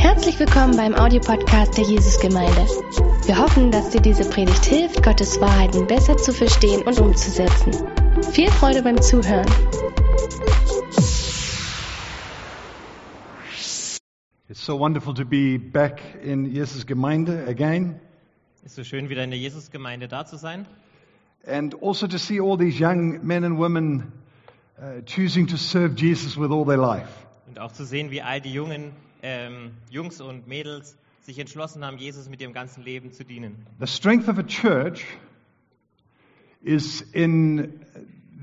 Herzlich willkommen beim Audiopodcast der Jesusgemeinde. Wir hoffen, dass dir diese Predigt hilft, Gottes Wahrheiten besser zu verstehen und umzusetzen. Viel Freude beim Zuhören. It's so wonderful to be back in Jesus Gemeinde again Es ist so schön, wieder in der Jesusgemeinde da zu sein and also to see all these young men and women uh, choosing to serve Jesus with all their life. und auch zu sehen, wie all die jungen ähm, Jungs und Mädels sich entschlossen haben, Jesus mit ihrem ganzen Leben zu dienen. The strength of a church is in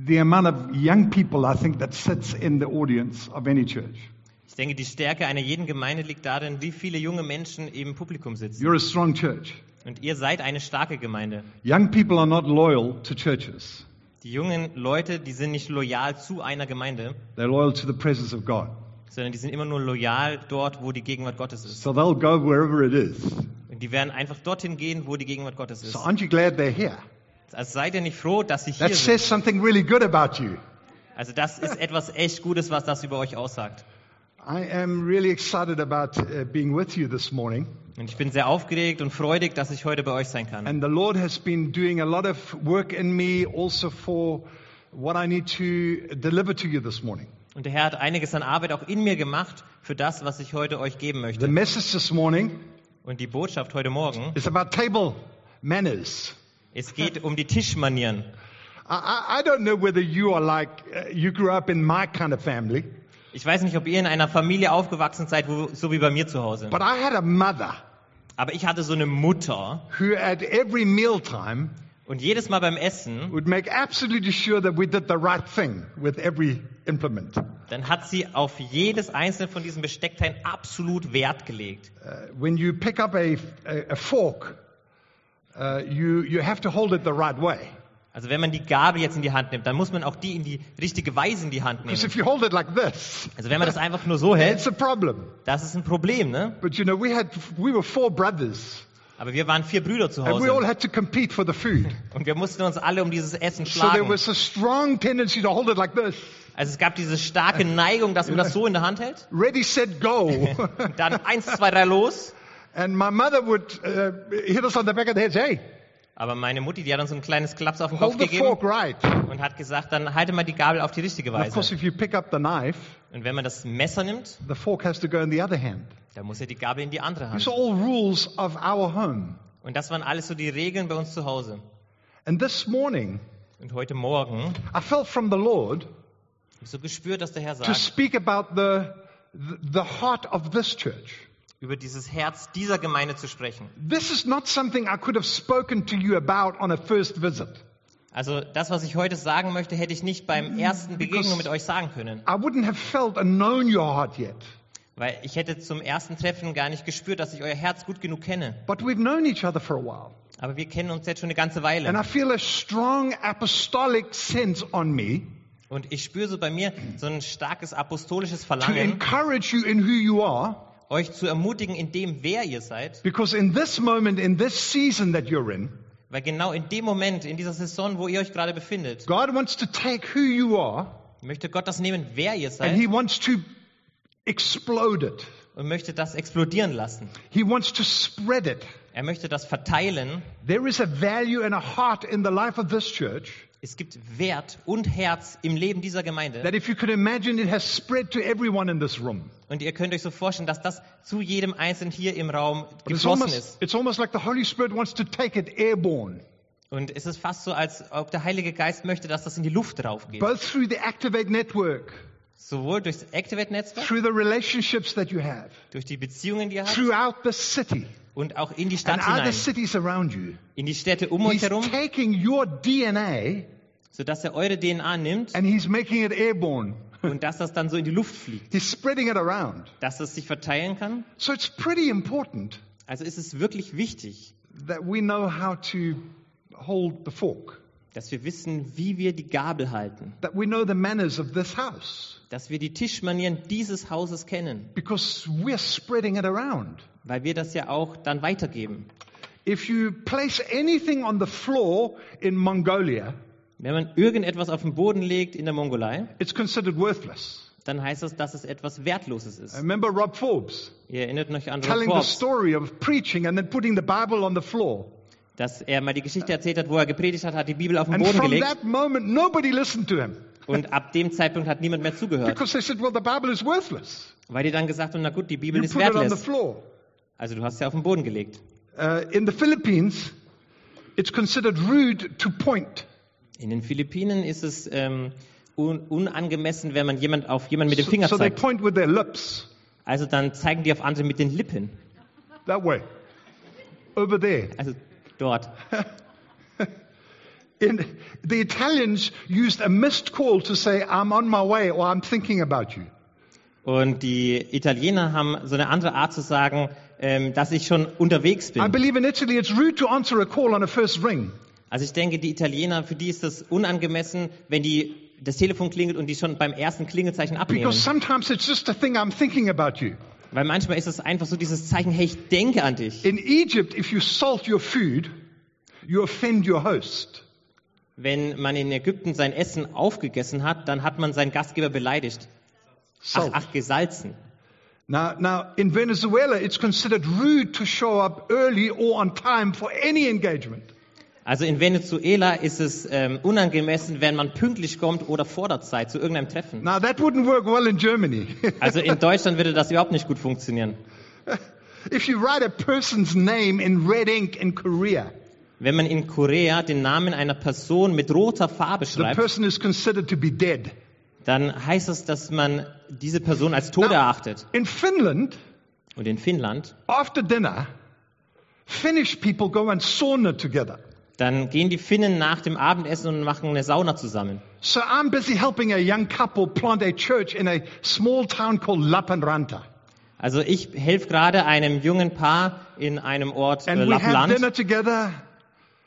the amount of young people I think that sits in the audience of any church. Ich denke, die Stärke einer jeden Gemeinde liegt darin, wie viele junge Menschen im Publikum sitzen. You're a strong church. Und ihr seid eine starke Gemeinde. Young people are not loyal to churches. Die jungen Leute, die sind nicht loyal zu einer Gemeinde, They're loyal to the presence of God. sondern die sind immer nur loyal dort, wo die Gegenwart Gottes ist. So they'll go wherever it is. Und die werden einfach dorthin gehen, wo die Gegenwart Gottes ist. So aren't you glad they're here? Also seid ihr nicht froh, dass sie hier That sind. says something really good about you. Also das ist etwas echt Gutes, was das über euch aussagt. I am really excited about uh, being with you this morning. Und ich bin sehr aufgeregt und freudig, dass ich heute bei euch sein kann. And the Lord has been doing a lot of work in me also for what I need to deliver to you this morning. Und der Herr hat einiges an Arbeit auch in mir gemacht für das, was ich heute euch geben The möchte. message this morning Und die Botschaft heute Morgen, is about table manners. es geht um die Tischmanieren. I, I, I don't know whether you are like, uh, you grew up in my kind of family, Ich weiß nicht, ob ihr in einer Familie aufgewachsen seid, wo, so wie bei mir zu Hause. but I had a mother Aber ich hatte so eine Mutter who at every mealtime und jedes Mal beim Essen, would make absolutely sure that we did the right thing with every implement. dann hat sie auf jedes einzelne von diesen Besteckteilen absolut Wert gelegt. when you pick up a, a, a fork, uh, you, you have to hold it the right way. Also wenn man die Gabel jetzt in die Hand nimmt, dann muss man auch die in die richtige Weise in die Hand Because nehmen. if you hold it like this, Also wenn man das einfach nur so hält, it's a problem. das ist ein Problem, ne? But you know, we had, we were four brothers Aber wir waren vier Brüder zu and we all Hause had to compete for the food. und wir mussten uns alle um dieses Essen So there schlagen. was a strong tendency to hold it like this. Also es gab diese starke Neigung, dass man das so in der Hand hält. Ready, set, go. Und dann eins, zwei, drei los. and my mother would uh, hit us on the back of the head, say, hey, Aber meine Mutti, die hat uns so ein kleines Klaps auf den Kopf hold the gegeben fork right. und hat gesagt, dann halte mal die Gabel auf die richtige And of course, Weise. if you pick up the knife, Und wenn man das Messer nimmt, the fork has to go in the other hand. dann muss ja die Gabel in die andere These Hand. are all rules of our home. Und das waren alles so die Regeln bei uns zu Hause. And this morning, Und heute Morgen habe I felt from the Lord ich so gespürt, dass der Herr to sagt, speak about the, the the heart of this church. über dieses Herz dieser Gemeinde zu sprechen. This is not something I could have spoken to you about on a first visit. Also das, was ich heute sagen möchte, hätte ich nicht beim ersten Begegnung mit euch sagen können. I wouldn't have felt and known your heart yet. Weil ich hätte zum ersten Treffen gar nicht gespürt, dass ich euer Herz gut genug kenne. But we've known each other for a while. Aber wir kennen uns jetzt schon eine ganze And Weile. I feel a strong apostolic sense on me Und ich spüre so bei mir so ein starkes apostolisches to Verlangen, encourage you in who you are, euch zu ermutigen in dem, wer ihr seid. because in this moment, in this season that you're in, Weil genau in dem Moment, in dieser Saison, wo ihr euch gerade befindet, God wants to take who you are möchte Gott das nehmen, wer ihr and He seid, wants to explode it. und möchte das explodieren lassen. He wants to spread it. Er möchte das verteilen. There is a value and a heart in the life of this church Es gibt Wert und Herz im Leben dieser Gemeinde. that, if you could imagine, it has spread to everyone in this room. Und ihr könnt euch so vorstellen, dass das zu jedem Einzelnen hier im Raum But it's geflossen ist. almost, it's almost like the Holy Spirit wants to take it airborne, Und es ist fast so, als ob der Heilige Geist möchte, dass das in die Luft raufgeht. both through the Activate network, Sowohl durchs Activate-Netzwerk, through the relationships that you have, durch die Beziehungen, die ihr habt, throughout the city und auch in die Stadt and other hinein, cities around you. in die Städte um euch He's herum, taking your DNA sodass er eure DNA nimmt and he's making it airborne. und dass das dann so in die Luft fliegt, He's spreading it around. dass es sich verteilen kann. So it's pretty important Also ist es wirklich wichtig, that we know how to hold the fork. dass wir wissen, wie wir die Gabel halten, that we know the manners of this house dass wir die Tischmanieren dieses Hauses kennen, because we're spreading it around. weil wir das ja auch dann weitergeben. If you place anything on the floor in Mongolia, Wenn man irgendetwas auf den Boden legt in der Mongolei, it's considered worthless. dann heißt es, dass es etwas Wertloses I ist. remember Rob Forbes Ihr erinnert euch an Rob telling the Forbes, story of preaching and then putting the Bible on the floor. dass er mal die Geschichte erzählt hat, wo er gepredigt hat, hat die Bibel auf den And Boden from gelegt that moment, nobody listened to him und ab dem Zeitpunkt hat niemand mehr zugehört, because they said, well, the Bible is worthless. weil die dann gesagt haben, na gut, die You Bibel ist put it on the wertlos. floor. Also du hast sie auf den Boden gelegt. Uh, in the Philippines, it's considered rude to point. In den Philippinen ist es ähm, un unangemessen, wenn man jemand auf jemanden mit dem So, Finger so they zeigt. point with their lips Also dann zeigen die auf andere mit den Lippen. that way, over there. Also dort. In, the Italians used a missed call to say, I'm on my way or I'm thinking about you. Und die Italiener haben so eine andere Art zu sagen, ähm, dass ich schon unterwegs I bin. believe in Italy it's rude to answer a call on a first ring. Also ich denke, die Italiener, für die ist das unangemessen, wenn die das Telefon klingelt und die schon beim ersten Klingelzeichen abnehmen. Because sometimes it's just a thing, I'm thinking about you. Weil manchmal ist es einfach so dieses Zeichen, hey, ich denke an dich. In Egypt, if you salt your food, you offend your host. Wenn man in Ägypten sein Essen aufgegessen hat, dann hat man seinen Gastgeber beleidigt. Ach, Salt. ach, gesalzen. Now, now, in Venezuela, it's considered rude to show up early or on time for any engagement. Also in Venezuela ist es ähm, unangemessen, wenn man pünktlich kommt oder vor der Zeit zu irgendeinem Treffen. Now, that wouldn't work well in Germany. Also in Deutschland würde das überhaupt nicht gut funktionieren. if you write a person's name in red ink in Korea, Wenn man in Korea den Namen einer Person mit roter Farbe the schreibt, person is considered to be dead. dann heißt es, dass man diese Person als tot Now- erachtet. In Finland, Und in Finnland, after dinner, Finnish people go and sauna together. dann gehen die Finnen nach dem Abendessen und machen eine Sauna zusammen. So I'm busy helping a young couple plant a church in a small town called Lappeenranta. Also ich helfe gerade einem jungen Paar in einem Ort äh, And we have dinner Lappland together.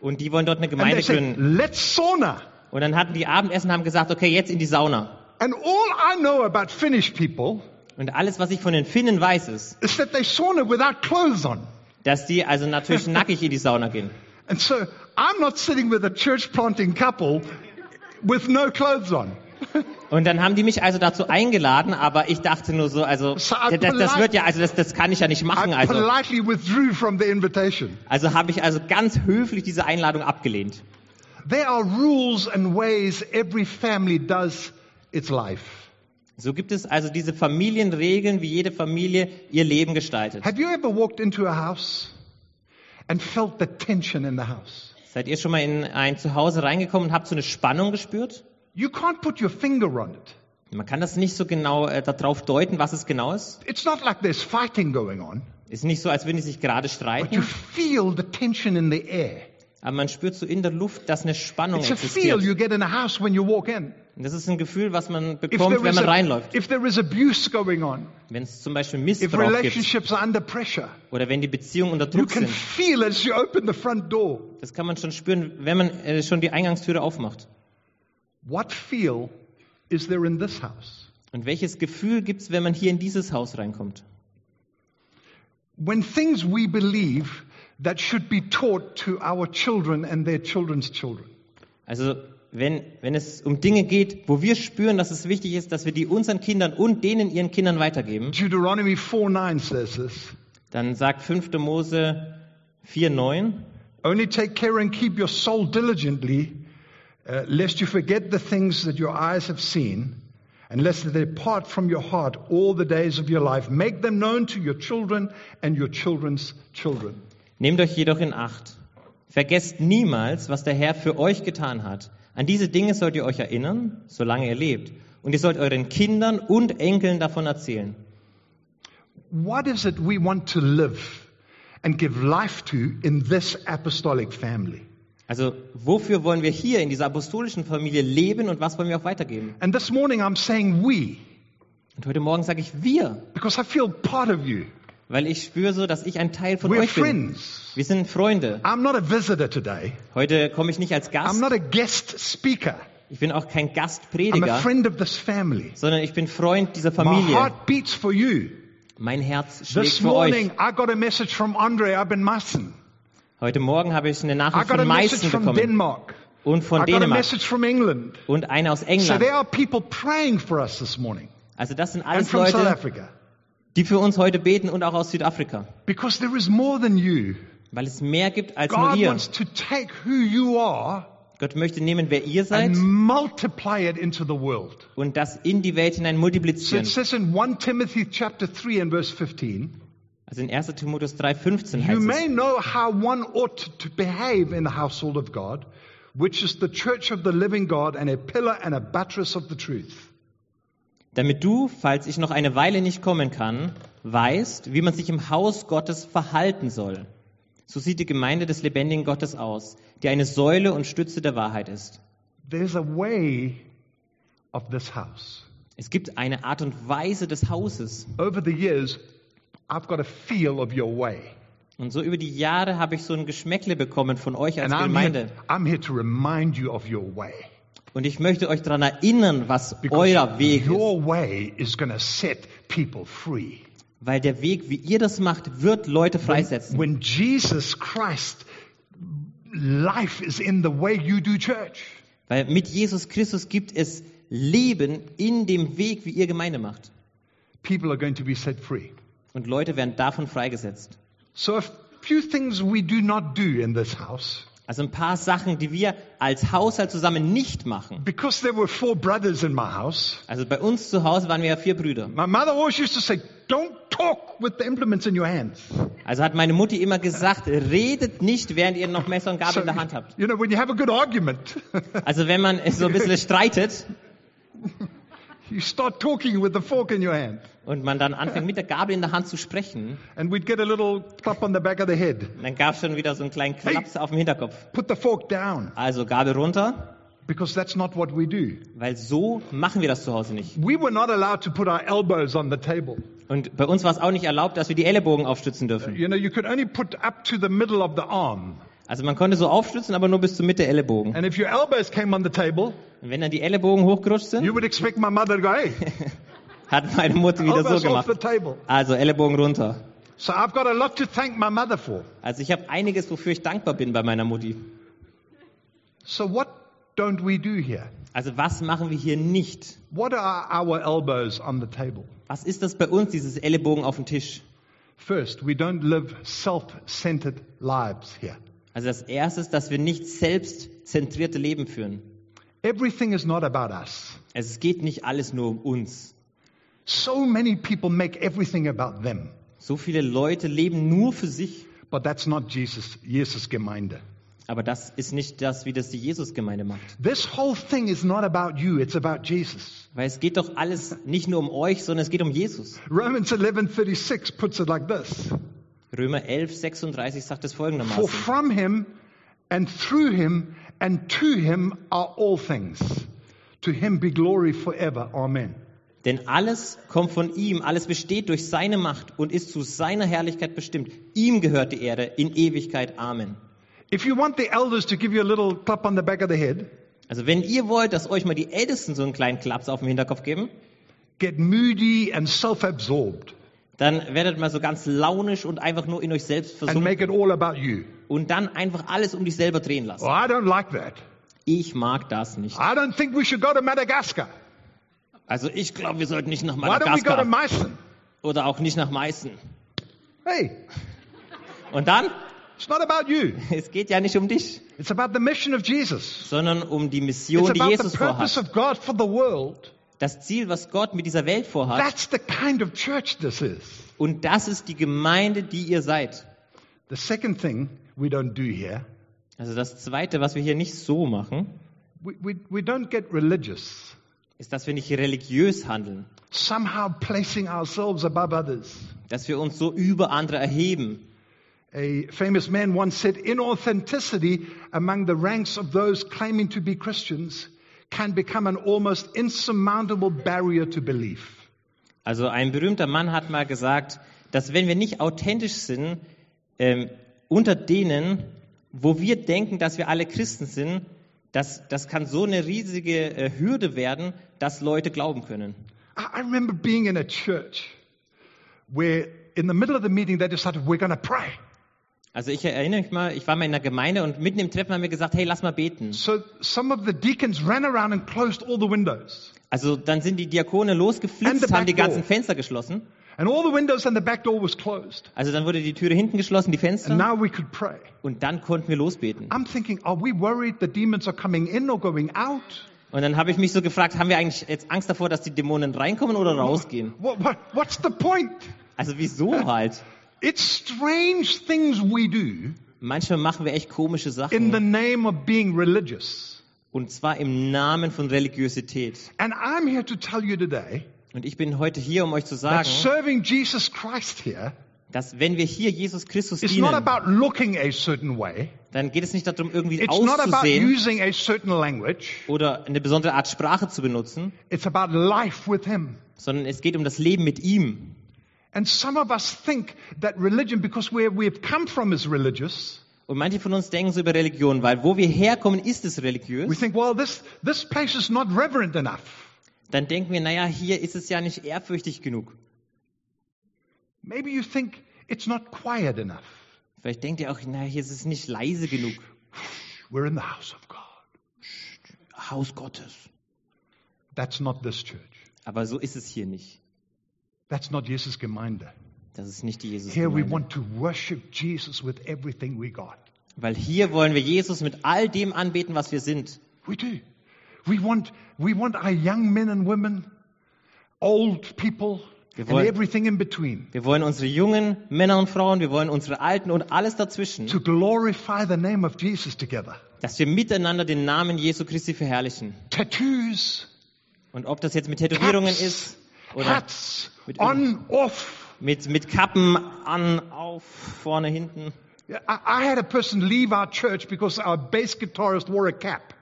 und die wollen dort eine And they Gemeinde say, gründen. let's sauna. Und dann hatten die Abendessen und haben gesagt, okay, jetzt in die Sauna. And all I know about Finnish people Und alles, was ich von den Finnen weiß, ist, is that they sauna without clothes on. dass die also natürlich nackig in die Sauna gehen. And so I'm not sitting with a church planting couple with no clothes on. Und dann haben die mich also dazu eingeladen, aber ich dachte nur so, also das, das wird ja, also das, das kann ich ja nicht machen. I Also, politely withdrew from the invitation. also habe ich also ganz höflich diese Einladung abgelehnt. There are rules and ways every family does its life. So gibt es also diese Familienregeln, wie jede Familie ihr Leben gestaltet. Have you ever walked into a house and felt the tension in the house? Seid ihr schon mal in ein Zuhause reingekommen und habt so eine Spannung gespürt? You can't put your finger on it. Man kann das nicht so genau äh, darauf deuten, was es genau ist. It's not like there's fighting going on, Ist nicht so, als würden die sich gerade but you streiten, feel the tension in the air. aber man spürt so in der Luft, dass eine Spannung It's a feel existiert. you get in a house when you walk in. Und das ist ein Gefühl, was man bekommt, wenn is man a, reinläuft. if there is abuse going on, Wenn es zum Beispiel if Missbrauch gibt. relationships are under pressure, oder wenn die Beziehungen unter you Druck can sind. feel as you open the front door Das kann man schon spüren, wenn man äh, schon die Eingangstüre aufmacht. what feel is there in this house. Und welches Gefühl gibt's, wenn man hier in dieses Haus reinkommt? When things we believe that should be taught to our children and their children's children. Also wenn, wenn es um Dinge geht, wo wir spüren, dass es wichtig ist, dass wir die unseren Kindern und denen ihren Kindern weitergeben, Deuteronomy 4 9 says this. dann sagt 5. Mose 4,9, Only take care and keep your soul diligently, uh, lest you forget the things that your eyes have seen, and lest they depart from your heart all the days of your life. Make them known to your children and your children's children. Nehmt euch jedoch in Acht. Vergesst niemals, was der Herr für euch getan hat. An diese Dinge sollt ihr euch erinnern, solange ihr lebt. Und ihr sollt euren Kindern und Enkeln davon erzählen. What is it we want to live and give life to in this apostolic family? Also wofür wollen wir hier in dieser apostolischen Familie leben und was wollen wir auch weitergeben? And this morning I'm saying we, Und heute Morgen sage ich wir, because I feel part of you. weil ich spüre so, dass ich ein Teil von We're euch bin. friends. Wir sind Freunde. I'm not a visitor today. Heute komme ich nicht als I'm Gast. not a guest speaker. Ich bin auch kein I'm a Gastprediger, friend of this family. sondern ich bin Freund dieser My Familie. heart beats for you. Mein Herz schlägt This für euch. morning, I got a message from Andre Abenmassen. Heute Morgen habe ich eine I Nachricht got a von message Meißen from bekommen Denmark. und von I got a Dänemark message from England. und eine aus So there England. are people praying for us this morning. Also das sind and alles from South Leute, Africa. die für uns heute beten und auch aus Südafrika, Because there is more than you. weil es mehr gibt als nur God ihr. wants to take who you are Gott möchte nehmen, wer ihr seid and multiply it into the world. und das in die Welt hinein So it multiplizieren. says in 1 Timothy chapter 3 and verse 15, Also in 1. Timotheus 3,15 you heißt may es, know how one ought to behave in the household of God, which is the church of the living God and a pillar and a buttress of the truth. damit du, falls ich noch eine Weile nicht kommen kann, weißt, wie man sich im Haus Gottes verhalten soll. So sieht die Gemeinde des lebendigen Gottes aus, die eine Säule und Stütze der Wahrheit ist. There's a way of this house. Es gibt eine Art und Weise des Hauses. Over the years, I've got a feel of your way. Und so über die Jahre habe ich so ein Geschmäckle bekommen von euch als And I'm Gemeinde. here, I'm here to remind you of your way. Und ich möchte euch daran erinnern, was Because euer Weg ist. your way is going to set people free. Weil der Weg, wie ihr das macht, wird Leute freisetzen. When Jesus Christ, life is in the way you do church. Weil mit Jesus Christus gibt es Leben in dem Weg, wie ihr Gemeinde macht. People are going to be set free. Und Leute werden davon freigesetzt. So, a few things we do not do in this house. Also ein paar Sachen, die wir als Haushalt zusammen nicht machen. Because there were four brothers in my house, Also bei uns zu Hause waren wir ja vier Brüder. my mother always used to say, Don't talk with the implements in your hands. Also hat meine Mutti immer gesagt, redet nicht, während ihr noch Messer und Gabel So, in der Hand habt. you know, when you have a good argument, Also wenn man so ein bisschen streitet you start talking with the fork in your hand. und man dann anfängt, mit der Gabel in der Hand zu sprechen, And we'd get a little clap on the back of the head. dann gab es schon wieder so einen kleinen Klaps auf dem Hinterkopf. Put the fork down. Also Gabel runter, Because that's not what we do. weil so machen wir das zu Hause nicht. We were not allowed to put our elbows on the table. Und bei uns war es auch nicht erlaubt, dass wir die Ellenbogen aufstützen dürfen. You know, you could only put up to the middle of the arm. Also man konnte so aufstützen, aber nur bis zur Mitte Ellenbogen. And if your elbows came on the table, Und wenn dann die Ellenbogen hochgerutscht sind, you would expect my mother to go, hey, hat meine Mutter wieder so elbows off the gemacht. table. Also Ellenbogen runter. So I've got a lot to thank my mother for. Also ich habe einiges, wofür ich dankbar bin bei meiner Mutti. So what don't we do here? Also was machen wir hier nicht? What are our elbows on the table? Was ist das bei uns, dieses Ellenbogen auf dem Tisch? First, we don't live self-centered lives here. Also das Erste ist, dass wir nicht selbstzentrierte Leben führen. Everything is not about us. Also es geht nicht alles nur um uns. So many people make everything about them, So viele Leute leben nur für sich. but that's not Jesus, Jesus Gemeinde. Aber das ist nicht das, wie das die Jesusgemeinde macht. This whole thing is not about you, it's about Jesus. Weil es geht doch alles nicht nur um euch, sondern es geht um Jesus. Romans 11:36 puts it like this: Römer 11, 36 sagt es For folgendermaßen. from him and through him and to him are all things. To him be glory forever. Amen. Denn alles kommt von ihm, alles besteht durch seine Macht und ist zu seiner Herrlichkeit bestimmt. Ihm gehört die Erde in Ewigkeit. Amen. If you want the elders to give you a little clap on the back of the head, Also wenn ihr wollt, dass euch mal die Ältesten so einen kleinen Klaps auf den Hinterkopf geben, get moody and self-absorbed dann werdet mal so ganz launisch und einfach nur in euch selbst and versunken make it all about you. und dann einfach alles um dich selber drehen lassen. Well, I don't like that. Ich mag das nicht. I don't think we should go to Madagascar. Also ich glaube, wir sollten nicht nach Why don't we go to Madagaskar Meissen? oder auch nicht nach Meißen. Hey, Und dann, it's not about you. es geht ja nicht um dich, It's about the mission of Jesus. sondern um die Mission, It's die about the Jesus purpose vorhat. of God for the world. Das Ziel, was Gott mit dieser Welt vorhat. That's the kind of church this is. Und das ist die Gemeinde, die ihr seid. The second thing we don't do here, Also das Zweite, was wir hier nicht so machen, we, we, we don't get religious, ist, dass wir nicht religiös handeln, somehow placing ourselves above others. dass wir uns so über andere erheben. A famous man once said, inauthenticity among the ranks of those claiming to be Christians can become an almost insurmountable barrier to belief. Also ein berühmter Mann hat mal gesagt, dass wenn wir nicht authentisch sind, ähm, unter denen, wo wir denken, dass wir alle Christen sind, das, das kann so eine riesige äh, Hürde werden, dass Leute glauben können. I I remember being in a church where in the middle of the meeting they decided we're going to pray. Also ich erinnere mich mal, ich war mal in einer Gemeinde und mitten im Treffen haben wir gesagt, hey, lass mal beten. So some of the deacons ran around and closed all the windows. Also dann sind die Diakone And the losgeflitzt, back haben die ganzen door. Fenster geschlossen. And all the windows and the back door was closed. Also dann wurde die Türe hinten geschlossen, die And Fenster. now we could pray. Und dann konnten wir losbeten. I'm thinking, are we worried the demons are coming in or going out? Und dann habe ich mich so gefragt, haben wir eigentlich jetzt Angst davor, dass die Dämonen reinkommen oder rausgehen? What, what, what's the point? Also wieso halt? It's strange things we do Manchmal machen wir echt komische in the Sachen. name of being religious. Und zwar im Namen von Religiosität. And I'm here to tell you today Und ich bin heute hier, um euch zu that sagen, serving Jesus Christ here dass wenn wir hier Jesus Christus is not dienen, about looking a certain way. dann geht es nicht darum, irgendwie It's not about auszusehen using a certain language. oder eine besondere Art Sprache zu benutzen, It's about life with Him. sondern es geht um das Leben mit ihm. And some of us think that religion, because where we've come from is religious, Und manche von uns denken so über Religion, weil wo wir herkommen, ist es we religiös. think, well, this, this place is not reverent enough. Dann denken wir, naja, hier ist es ja nicht ehrfürchtig genug. Maybe you think it's not quiet enough. Vielleicht denkt ihr auch, naja, hier ist es nicht leise genug. We're in the house of God. Haus Gottes. That's not this church. Aber so ist es hier nicht. That's not Jesus Gemeinde. Das ist nicht die jesus Here we -Gemeinde. want to worship Jesus with everything we got. Weil hier wollen wir Jesus mit all dem anbeten, was wir sind. We do. We want, we want our young men and women, old people, Wir and wollen- everything in between Wir wollen unsere jungen Männer und Frauen, wir wollen unsere Alten und alles dazwischen, to glorify the name of Jesus together. dass wir miteinander den Namen Jesu Christi verherrlichen. Tattoos, Und ob das jetzt mit Tätowierungen caps, ist oder hats, mit on, off. mit, mit Kappen an, auf, vorne, hinten. Yeah, I, I had a person leave our church because our bass guitarist wore a cap.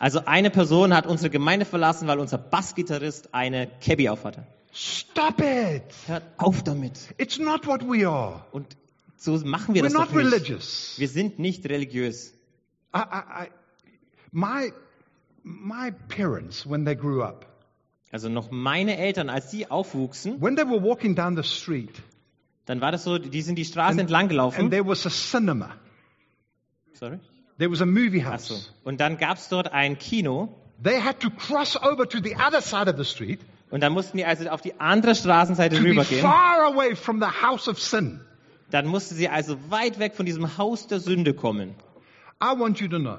Also eine Person hat unsere Gemeinde verlassen, weil unser Bassgitarrist eine Cabbie aufhatte. Stop it! Hört auf damit. It's not what we are. Und so machen wir We're das not doch nicht. religious. Wir sind nicht religiös. I, I, I, my, my parents, when they grew up, Also noch meine Eltern, als sie aufwuchsen, when they were walking down the street dann war das so, die sind die Straße And- entlang and gelaufen. there was a cinema, Sorry. there was a movie Ach house, so. Und dann gab's dort ein Kino they had to cross over to the other side of the street und dann mussten die also auf die andere Straßenseite to be rübergehen. far away from the house of sin. Dann mussten sie also weit weg von diesem Haus der Sünde kommen. I want you to know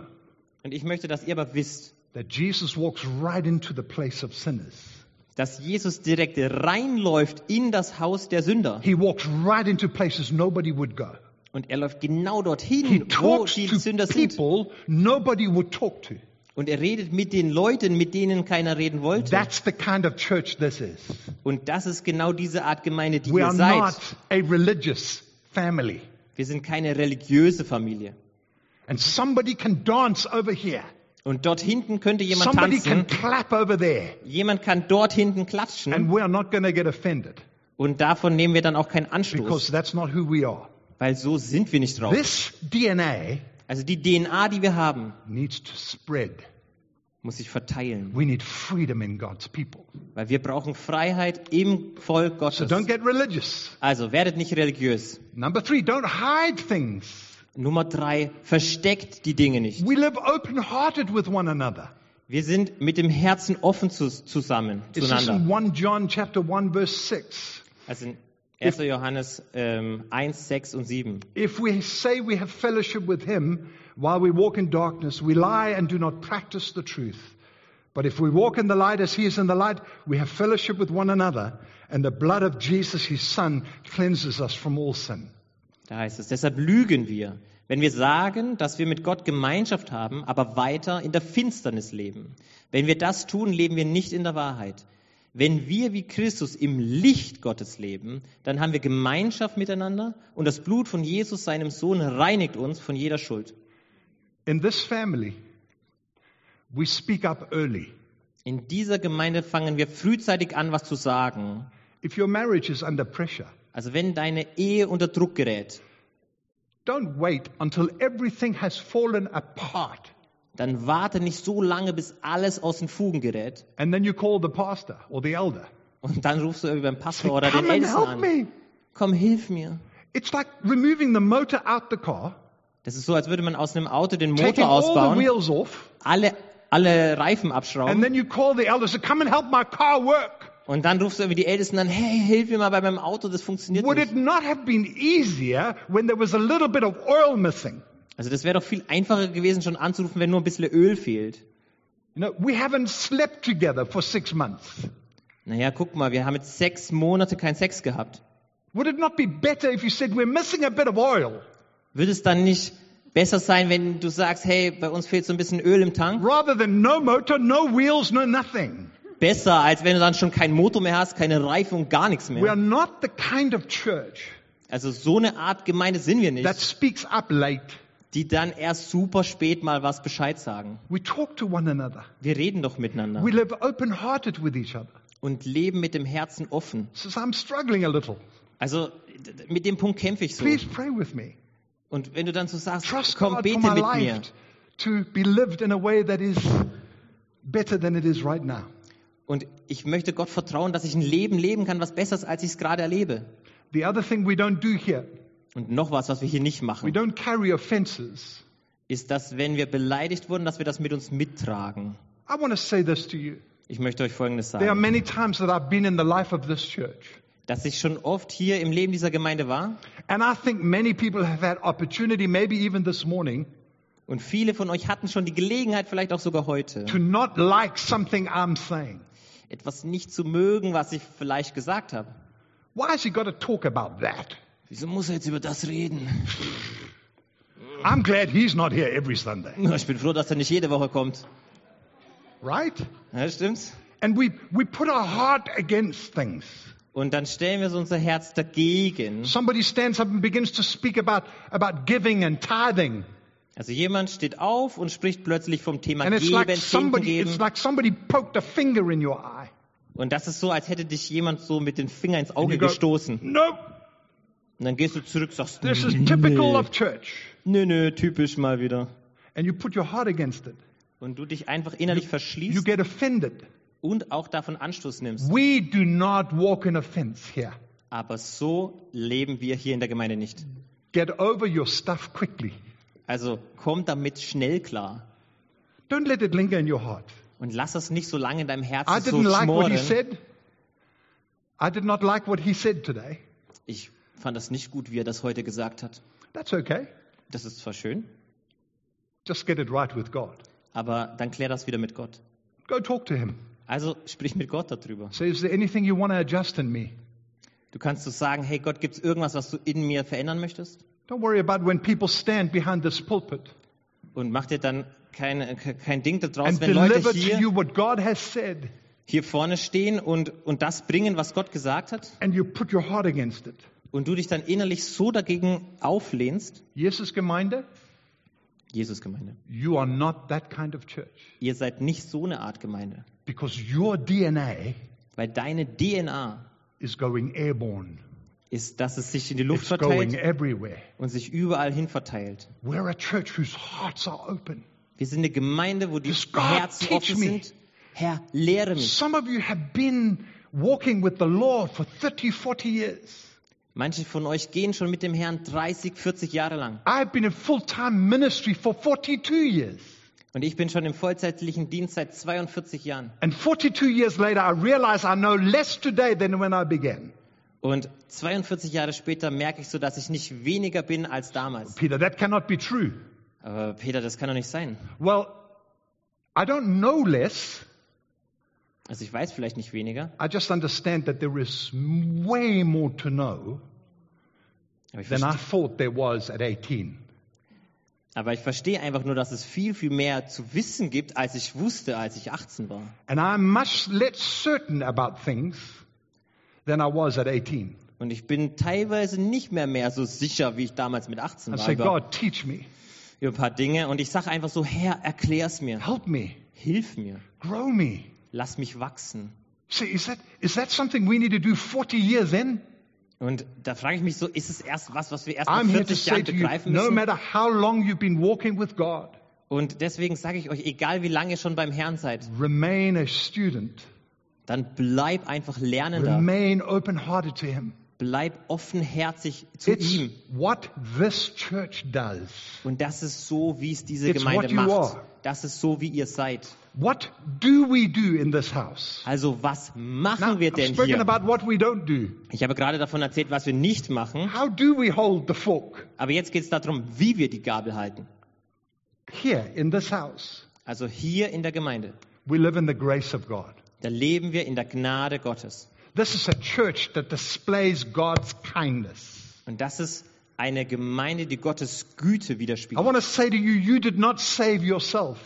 Und ich möchte, dass ihr aber wisst, that Jesus walks right into the place of sinners. dass Jesus direkt reinläuft in das Haus der Sünder. He walks right into places nobody would go. Und er läuft genau He dorthin, wo talks die to Sünder sind. people nobody would talk to. Und er redet mit den Leuten, mit denen keiner reden wollte. That's the kind of church this is. Und das ist genau diese Art Gemeinde, die We ihr are seid. not a religious family. Wir sind keine religiöse Familie. And somebody can dance over here. Und dort hinten könnte jemand Somebody can tanzen. clap over there. Jemand kann dort hinten klatschen. And we are not going to get offended Und davon nehmen wir dann auch keinen because Anstoß, that's not who we are. weil so sind wir nicht drauf. This DNA Also die DNA, die wir haben, needs to spread. muss sich verteilen, We need freedom in God's people. weil wir brauchen Freiheit im Volk So don't Gottes. get religious. Also werdet nicht religiös. Number three, don't hide things. Nummer drei, versteckt die Dinge nicht. We live open hearted with one another. Wir sind mit dem Herzen offen zu, zusammen, It says in zueinander. 1 John chapter 1 verse 6. Also in 1. Johannes ähm, 1, 6 und 7. If we say we have fellowship with him while we walk in darkness, we lie and do not practice the truth. But if we walk in the light as he is in the light, we have fellowship with one another, and the blood of Jesus, his son, cleanses us from all sin. Da heißt es, deshalb lügen wir, wenn wir sagen, dass wir mit Gott Gemeinschaft haben, aber weiter in der Finsternis leben. Wenn wir das tun, leben wir nicht in der Wahrheit. Wenn wir wie Christus im Licht Gottes leben, dann haben wir Gemeinschaft miteinander und das Blut von Jesus, seinem Sohn, reinigt uns von jeder Schuld. In this family, we speak up early. In dieser Gemeinde fangen wir frühzeitig an, was zu sagen. If your marriage is under pressure, Also wenn deine Ehe unter Druck gerät, don't wait until everything has fallen apart dann warte nicht so lange, bis alles aus den Fugen gerät. and then you call the pastor or the elder. Und dann rufst du irgendwie beim Pastor oder den Come and Ältesten help an. me. Komm, hilf mir. It's like removing the motor out the car, Das ist so, als würde man aus einem Auto den taking Motor all the ausbauen, wheels off, alle, alle Reifen and abschrauben then you call the elders, come and help my car work. und dann rufst du irgendwie die Ältesten an, hey, hilf mir mal bei meinem Auto, das funktioniert Would it nicht. not have been easier when there was a little bit of oil missing? Also das wäre doch viel einfacher gewesen, schon anzurufen, wenn nur ein bisschen Öl fehlt. You know, we haven't slept together for six months. Naja, guck mal, wir haben jetzt sechs Monate keinen Sex gehabt. Would it not be better if you said, we're missing a bit of oil? Würde es dann nicht besser sein, wenn du sagst, hey, bei uns fehlt so ein bisschen Öl im Tank? Rather than no motor, no wheels, no nothing. Besser, als wenn du dann schon keinen Motor mehr hast, keine Reifen und gar nichts We are mehr. not the kind of church Also so eine Art Gemeinde sind wir that nicht, speaks up late. die dann erst super spät mal was Bescheid sagen. We talk to one another. Wir reden doch miteinander We live open hearted with each other. und leben mit dem Herzen offen. Says, I'm struggling a little. Also d- d- mit dem Punkt kämpfe ich so. Please pray with me. Und wenn du dann so sagst, Trust komm, God for bete my mit mir. life to be lived in a way that is better than it is right now. Und ich möchte Gott vertrauen, dass ich ein Leben leben kann, was besser ist, als ich es gerade erlebe. The other thing we don't do here, Und noch was, was wir hier nicht we machen, don't carry offenses. ist, dass wenn wir beleidigt wurden, dass wir das mit uns mittragen. I want to say this to you. Ich möchte euch Folgendes There are sagen, many times that I've been in the life of this church, dass ich schon oft hier im Leben dieser Gemeinde war and I think many people have had opportunity, maybe even this morning, und viele von euch hatten schon die Gelegenheit, vielleicht auch sogar heute, to not like something I'm saying. etwas nicht zu mögen, was ich vielleicht gesagt habe. Why has he got to talk about that? Wieso muss er jetzt über das reden? I'm glad he's not here every Sunday, Ich bin froh, dass er nicht jede Woche kommt. right? Ja, stimmt's? And we, we put our heart against things. Und dann stellen wir so unser Herz dagegen. Somebody stands up and begins to speak about, about giving and tithing. Also jemand steht auf und spricht plötzlich vom Thema And it's Geben, like Zehnten somebody, geben. it's like somebody poked a finger in your eye. Und das ist so, als hätte dich jemand so mit dem Finger ins And Auge you go, gestoßen. Nope, Und dann gehst du zurück, sagst, this is "Nö, typical of church. nö, nö, typisch mal wieder. And you put your heart against it. Und du dich einfach innerlich You verschließt get offended. und auch davon Anstoß nimmst. We do not walk in offense here. Aber so leben wir hier in der Gemeinde nicht. Get over your stuff quickly. Also komm damit schnell klar. Don't let it linger in your heart. Und lass es nicht so lange in deinem I Herzen so didn't like what he schmoren. said. I did not like what he said today. Ich fand das nicht gut, wie er das heute gesagt hat. That's okay. Das ist zwar schön, Just get it right with God. aber dann klär das wieder mit Gott. Go talk to him. Also sprich mit Gott darüber. Say, is there anything you want to adjust in me? Du kannst so sagen, hey Gott, gibt's irgendwas, was du in mir verändern möchtest? Don't worry about when people stand behind this pulpit Und mach dir dann kein, kein Ding daraus, and wenn Leute deliver to hier, you what God has said hier vorne stehen und, und das bringen, was Gott gesagt hat, and you put your heart against it. und du dich dann innerlich so dagegen auflehnst. Jesus Gemeinde, Jesus Gemeinde, you are not that kind of church ihr seid nicht so eine Art Gemeinde, because your DNA weil deine DNA is going airborne. ist, dass es sich in die Luft It's going verteilt everywhere. und sich überall hin verteilt. We're a church whose hearts are open. Wir sind eine Gemeinde, wo die Yes, God, Herzen teach offen me. sind. Herr, lehre mich. Some of you have been walking with the Lord for 30, 40 years. Manche von euch gehen schon mit dem Herrn 30, 40 Jahre lang. I've been in full time ministry for 42 years. Und ich bin schon im vollzeitlichen Dienst seit 42 Jahren. And 42 years later, I realize I know less today than when I began. Und 42 Jahre später merke ich so, dass ich nicht weniger bin als damals. Peter, that cannot be true. Aber Peter, das kann doch nicht sein. Well, I don't know less. Also ich weiß vielleicht nicht weniger, I just understand that there is way more to know aber ich, than I verstehe, thought there was at 18. aber ich verstehe einfach nur, dass es viel, viel mehr zu wissen gibt, als ich wusste, als ich 18 war. And I'm much less certain about things than I was at 18. Und ich bin teilweise nicht mehr mehr so sicher, wie ich damals mit 18 I war say, über, God, teach me, über ein paar Dinge. Und ich sage einfach so, Herr, erklär's mir, help me, hilf mir, grow me. lass mich wachsen. See, is that, is that something we need to do 40 years in? Und da frage ich mich so, ist es erst was, was wir erst nach I'm here to 40 say Jahren to you, begreifen no müssen? matter how long you've been walking with God, Und deswegen sage ich euch, egal wie lange ihr schon beim Herrn seid, remain a student, dann bleib einfach Lernender. remain open hearted to Him. bleib offenherzig zu It's ihm. what this church does. Und das ist so, wie es diese It's Gemeinde what you macht. are. Das ist so, wie ihr seid. What do we do in this house? Also was machen Now, wir I've denn spoken hier? about what we don't do. Ich habe gerade davon erzählt, was wir nicht machen. How do we hold the fork Aber jetzt geht es darum, wie wir die Gabel halten. here in this house? Also hier in der Gemeinde. We live in the grace of God. Da leben wir in der Gnade Gottes. This is a church that displays God's kindness. Und das ist eine Gemeinde, die Gottes Güte I widerspiegelt. want to say to you, you did not save yourself,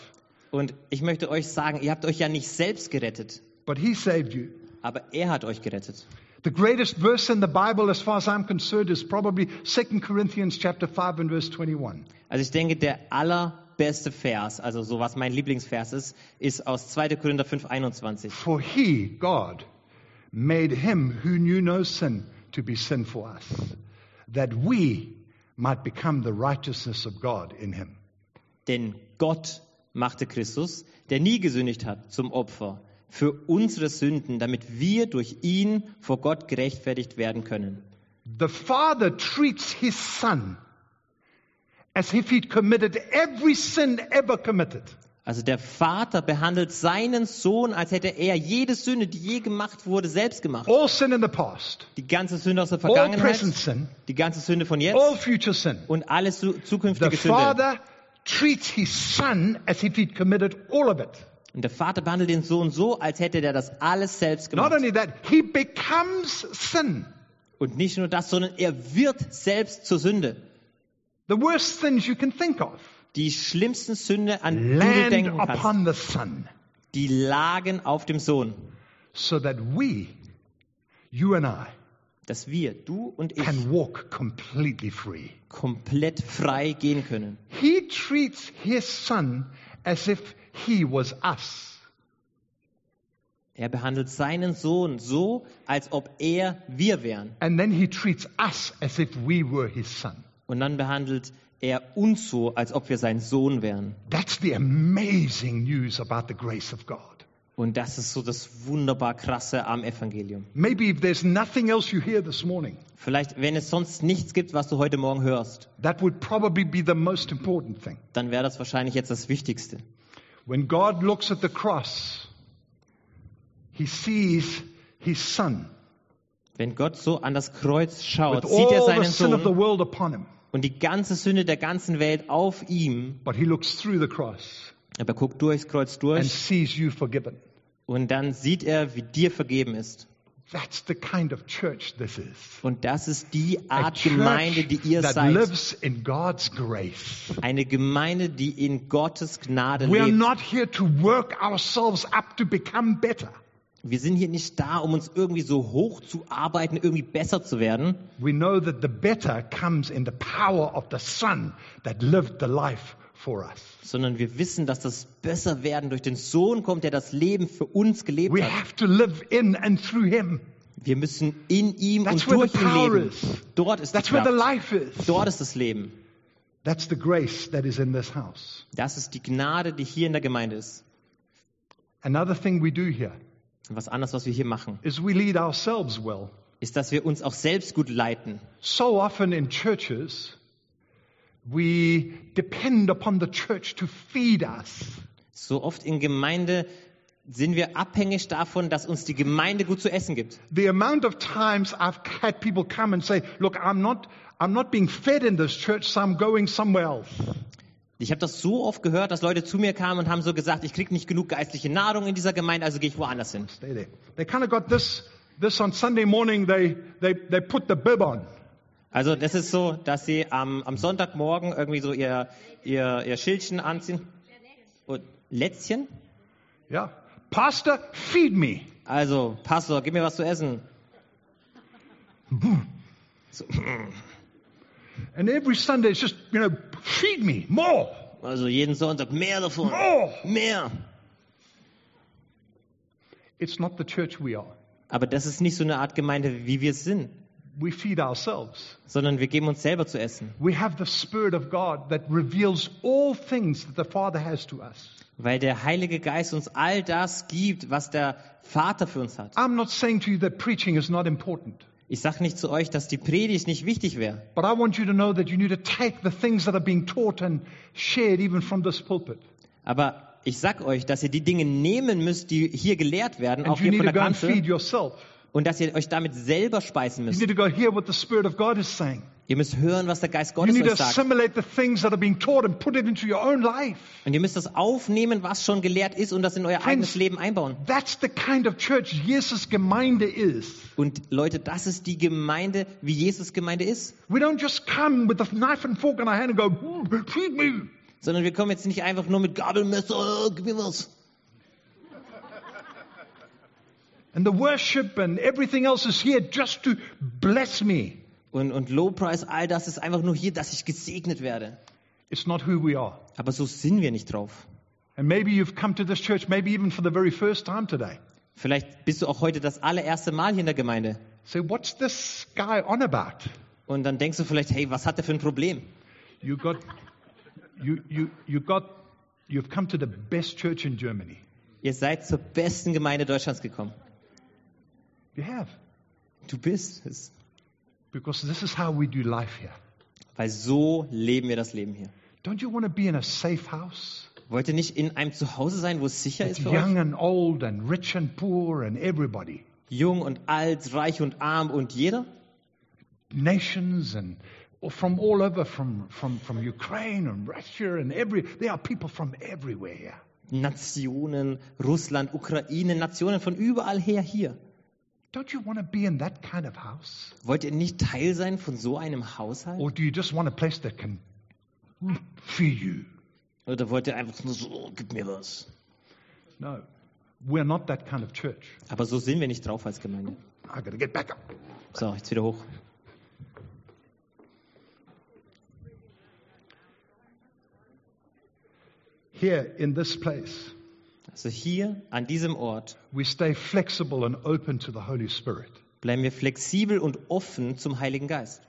Und ich möchte euch sagen, ihr habt euch ja nicht selbst gerettet, but He saved you. aber er hat euch gerettet. The greatest verse in the Bible, as far as I'm concerned, is probably 2 Corinthians chapter 5 and verse 21. Also ich denke, der allerbeste Vers, also so was mein Lieblingsvers ist, ist aus 2. Korinther 5, 21. For he, God, made him who knew no sin to be sin for us, that we might become the righteousness of God in him. Denn Gott machte Christus, der nie gesündigt hat, zum Opfer für unsere Sünden, damit wir durch ihn vor Gott gerechtfertigt werden können. The Father treats his Son as if he'd committed every sin ever committed. Also der Vater behandelt seinen Sohn, als hätte er jede Sünde, die je gemacht wurde, selbst gemacht. All sin in the past, Die ganze Sünde aus der all present Vergangenheit, sin, die ganze Sünde von jetzt all future sin. und alle zu- The zukünftige Sünde. Father treats his Son as if he'd committed all of it. Und der Vater behandelt den Sohn so, als hätte der das alles selbst Not gemacht. only that, he becomes sin. Und nicht nur das, sondern er wird selbst zur Sünde. The worst sins you can think of. Die schlimmsten Sünde, an die du land denken kannst, upon the Son, die lagen auf dem Sohn. so that we, you and I, Dass wir, du und ich, can walk completely free. komplett frei gehen können. He treats his Son as if he was us. Er behandelt seinen Sohn so, als ob er wir wären. And then he treats us as if we were his son. Und dann behandelt er uns so, als ob wir sein Sohn wären. That's the amazing news about the grace of God. Und das ist so das wunderbar krasse am Evangelium. Maybe if there's nothing else you hear this morning, Vielleicht, wenn es sonst nichts gibt, was du heute Morgen hörst, that would probably be the most important thing. dann wäre das wahrscheinlich jetzt das Wichtigste. When God looks at the cross, he sees his son Wenn Gott so an das Kreuz schaut, with sieht er all the seinen sin of the Sohn world upon him. und die ganze Sünde der ganzen Welt auf ihm. But he looks through the cross Aber er guckt durchs Kreuz and durch sees you forgiven. und dann sieht er, wie dir vergeben ist. That's the kind of church this is. Und das ist die A Art Gemeinde, die church ihr that seid. lives in God's grace. Eine Gemeinde, die in Gottes Gnade We are lebt. not here to work ourselves up to become better. Wir sind hier nicht da, um uns irgendwie so hoch zu arbeiten, irgendwie besser zu werden, We know that the better comes in the power of the Son that lived the life for us. sondern wir wissen, dass das Besserwerden durch den Sohn kommt, der das Leben für uns gelebt We hat. have to live in and through Him. Wir müssen in ihm That's und where durch the ihn power leben. is. Dort ist die That's where the Kraft. life is. Dort ist das Leben. That's the grace that is in this house. Das ist die Gnade, die hier in der Gemeinde ist. Another thing we do here Und was anderes, was wir hier machen, is we lead ourselves well. ist, dass wir uns auch selbst gut leiten. So often in churches, we depend upon the church to feed us. So oft in Gemeinde sind wir abhängig davon, dass uns die Gemeinde gut zu essen gibt. The amount of times I've had people come and say, look, I'm not, I'm not being fed in this church, so I'm going somewhere else. Ich habe das so oft gehört, dass Leute zu mir kamen und haben so gesagt, ich krieg nicht genug geistliche Nahrung in dieser Gemeinde, also gehe ich woanders hin. Stay there. They kind of got this, this on Sunday morning, they, they, they put the bib on. Also das ist so, dass sie am, am Sonntagmorgen irgendwie so ihr, ihr, ihr Schildchen anziehen. Und Lätzchen? Yeah. Pastor, feed me. Also, Pastor, gib mir was zu essen. So, And every Sunday it's just, you know, feed me more. also jeden Sonntag mehr davon. Oh! Mehr. It's not the church we are. Aber das ist nicht so eine Art Gemeinde, wie wir es sind, We feed ourselves. sondern wir geben uns selber zu essen. We have the Spirit of God that reveals all things that the Father has to us. Weil der Heilige Geist uns all das gibt, was der Vater für uns hat. I'm not saying to you that preaching is not important. Ich sage nicht zu euch, dass die Predigt nicht wichtig wäre, But I want you to know that you need to take the things that are being taught and shared even from this pulpit. aber ich sag euch, dass ihr die Dinge nehmen müsst, die hier gelehrt werden, And auch you hier need von to der go and Kanzel, feed yourself. und dass ihr euch damit selber speisen You müsst. need to go hear what the Spirit of God is saying. Ihr müsst hören, was der Geist You Gottes need to euch sagt. assimilate the things that are being taught and put it into your own life. Und ihr müsst das aufnehmen, was schon gelehrt ist, und das in euer eigenes Leben einbauen. That's the kind of church Jesus' Gemeinde is. Und Leute, das ist die Gemeinde, wie Jesus Gemeinde ist. We don't just come with a knife and fork in our hand and go, "Mm, feed me. Sondern wir kommen jetzt nicht einfach nur mit Gabelmesser, äh, gib mir was. And the worship and everything else is here just to bless me. Und, und Low Price, all das ist einfach nur hier, dass ich gesegnet werde. It's not who we are. Aber so sind wir nicht drauf. And maybe you've come to this church, maybe even for the very first time today. Vielleicht bist du auch heute das allererste Mal hier in der Gemeinde. Say, what's this guy on about? Und dann denkst du vielleicht, hey, was hat er für ein Problem? You got, you, you, you got, you've come to the best church in Germany. Ihr seid zur besten Gemeinde Deutschlands gekommen. You have. Du bist es. Because this is how we do life here. Weil so leben wir das Leben hier. Don't you want to be in a safe house? Wollt ihr nicht in einem Zuhause sein, wo es sicher It's ist für euch? young and old and rich and poor and everybody. Jung und alt, reich und arm und jeder? Nations and from all over, from, from, from Ukraine and Russia and every, there are people from everywhere here. Nationen, Russland, Ukraine, Nationen von überall her hier. Don't you want to be in that kind of house? Wollt ihr nicht Teil sein von so einem Haushalt? Or do you just want a place that can feed you? Oder wollt ihr einfach nur so, oh, gib mir was? No, we're not that kind of church. Aber so sind wir nicht drauf als Gemeinde. I gotta get back up. So, jetzt wieder hoch. Here in this place, Also hier, an diesem Ort, we stay flexible and open to the Holy Spirit. bleiben wir flexibel und offen zum Heiligen Geist.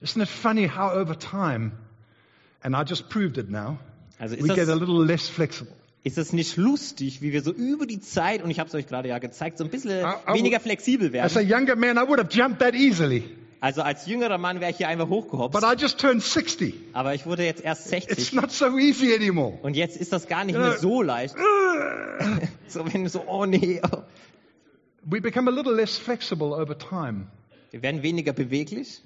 Isn't it funny how over time, and I just proved it now, Also we ist get a das, little less flexible. ist das nicht lustig, wie wir so über die Zeit, und ich habe es euch gerade ja gezeigt, so ein bisschen Ah, ah, weniger flexibel As werden. a younger man, I would have jumped that easily, Also als jüngerer Mann wäre ich hier einfach but hochgehopst, I just turned 60. aber ich wurde jetzt erst It's 60 not so easy anymore. und jetzt ist das gar nicht Ja. mehr so leicht. So wenn du so, oh nee, oh. We become a little less flexible over time. wir werden weniger beweglich.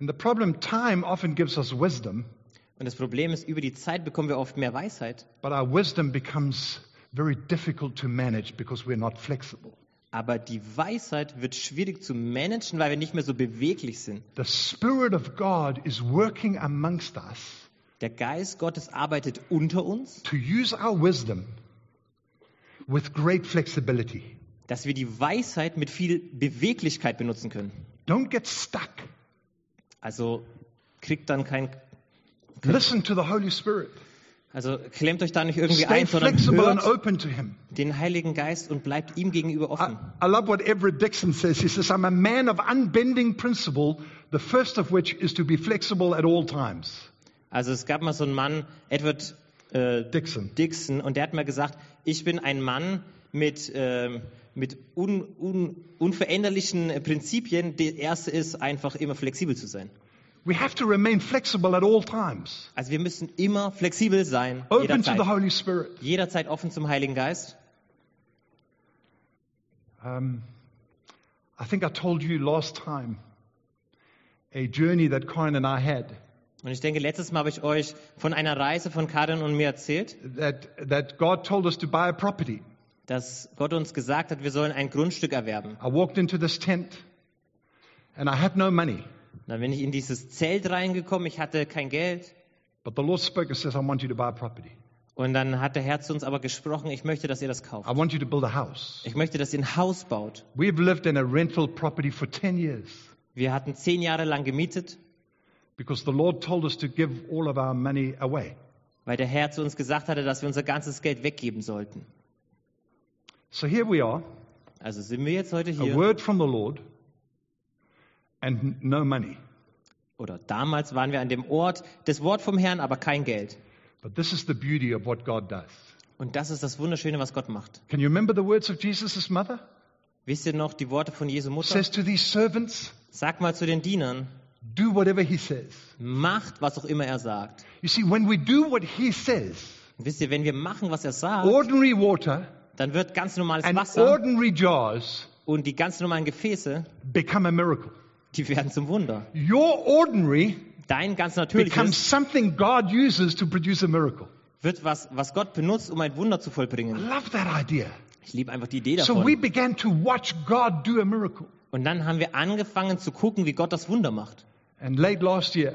And the problem, time often gives us wisdom, Und das Problem ist, über die Zeit bekommen wir oft mehr Weisheit. But our wisdom becomes very difficult to manage because we're not flexible. Aber die Weisheit wird schwierig zu managen, weil wir nicht mehr so beweglich sind. The Spirit of God is working amongst us Der Geist Gottes arbeitet unter uns, to use our wisdom with great flexibility. dass wir die Weisheit mit viel Beweglichkeit benutzen können. Don't get stuck. Also kriegt dann kein, Listen to the Holy Spirit. also klemmt euch da nicht irgendwie Stay ein, sondern flexible and hört open to Him. den Heiligen Geist und bleibt ihm gegenüber I, offen. I love what Everett Dixon says. He says, I'm a man of unbending principle, the first of which is to be flexible at all times. Also es gab mal so einen Mann, Edward äh, Dixon. Dixon, und der hat mal gesagt, ich bin ein Mann mit, ähm, mit un, un, unveränderlichen äh, Prinzipien. Der erste ist einfach immer flexibel zu sein. We have to remain flexible at all times, Also wir müssen immer flexibel sein, open to the jederzeit, Holy Spirit. jederzeit offen zum Heiligen Geist. Um, I think I told you last time a journey that Karen and I had Und ich denke, letztes Mal habe ich euch von einer Reise von Karin und mir erzählt, that, that God told us to buy a property. dass Gott uns gesagt hat, wir sollen ein Grundstück erwerben. I walked into this tent and I had no money, Dann bin ich in dieses Zelt reingekommen, ich hatte kein Geld. but the Lord spoke and says, I want you to buy a property. Und dann hat der Herr zu uns aber gesprochen, ich möchte, dass ihr das kauft. I want you to build a house. Ich möchte, dass ihr ein Haus baut. We've lived in a rental property for 10 years Wir hatten zehn Jahre lang gemietet, because the Lord told us to give all of our money away. weil der Herr zu uns gesagt hatte, dass wir unser ganzes Geld weggeben sollten. So here we are, Also sind wir jetzt heute a hier. word from the Lord and n- no money. Oder damals waren wir an dem Ort, das Wort vom Herrn, aber kein Geld. But this is the beauty of what God does. Und das ist das Wunderschöne, was Gott macht. Can you remember the words of Jesus' mother? Wisst ihr noch die Worte von Jesu Mutter? Says to these servants, Sag mal zu den Dienern, Do whatever he says. macht, was auch immer er sagt. You see, when we do what he says, Und wisst ihr, wenn wir machen, was er sagt, ordinary water dann wird ganz normales and Wasser ordinary jars und die ganz normalen Gefäße, become a miracle. die werden zum Wunder. Your ordinary Dein ganz becomes natürliches something God uses to produce a miracle. wird was, was Gott benutzt, um ein Wunder zu I vollbringen. love that idea. Ich liebe einfach die Idee Ah. So we davon. began to watch God do a miracle. Und dann haben wir angefangen zu gucken, wie Gott das Wunder macht. And late last year,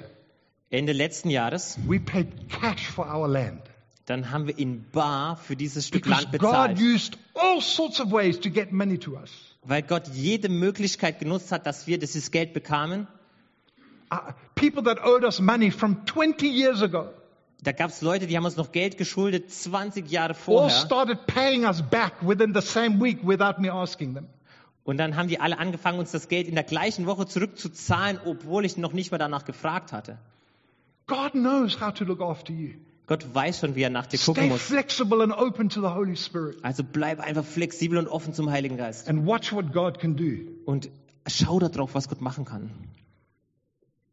Ende letzten Jahres, we paid cash for our land. dann haben wir in Bar für dieses Stück Because Land God bezahlt, used all sorts of ways to get money to us. weil Gott jede Möglichkeit genutzt hat, dass wir dieses Geld bekamen. Uh, people that owed us money from 20 years ago Da gab es Leute, die haben uns noch Geld geschuldet, 20 Jahre all vorher. started paying us back within the same week without me asking them. Und dann haben die alle angefangen, uns das Geld in der gleichen Woche zurückzuzahlen, obwohl ich noch nicht mal danach gefragt hatte. God knows how to look after you. Gott weiß schon, wie er nach dir gucken Stay muss. flexible and open to the Holy Spirit Also bleib einfach flexibel und offen zum Heiligen Geist. and watch what God can do. Und schau da drauf, was Gott machen kann.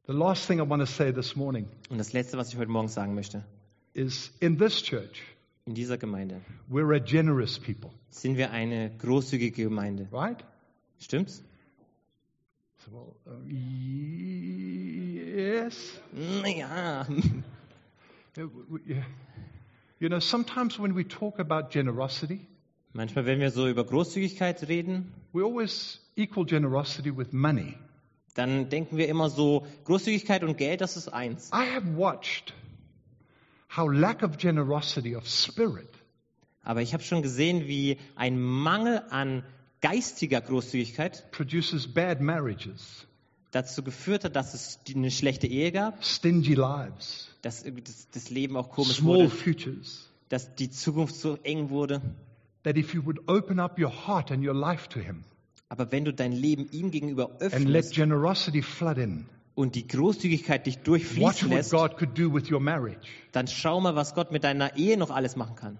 The last thing I want to say this morning Und das Letzte, was ich heute Morgen sagen möchte. is in this church, In dieser Gemeinde we're a generous people, sind wir eine großzügige Gemeinde. right? Stimmt's? So, well, uh, yes. Ja. Uh, w- w- yeah. You know, sometimes when we talk about generosity, Manchmal, wenn wir so über Großzügigkeit reden, we always equal generosity with money. dann denken wir immer so, Großzügigkeit und Geld, das ist eins. I have watched how lack of generosity of spirit Aber ich habe schon gesehen, wie ein Mangel an geistiger Großzügigkeit produces bad marriages, dazu geführt hat, dass es die- eine schlechte Ehe gab, stingy lives, dass irgendwie das, das Leben auch komisch small wurde, futures. dass die Zukunft so eng wurde. That if you would open up your heart and your life to Him Aber wenn du dein Leben ihm gegenüber and let öffnest generosity flood in, und die Großzügigkeit dich watch durchfließen what lässt, God could do with your marriage. dann schau mal, was Gott mit deiner Ehe noch alles machen kann.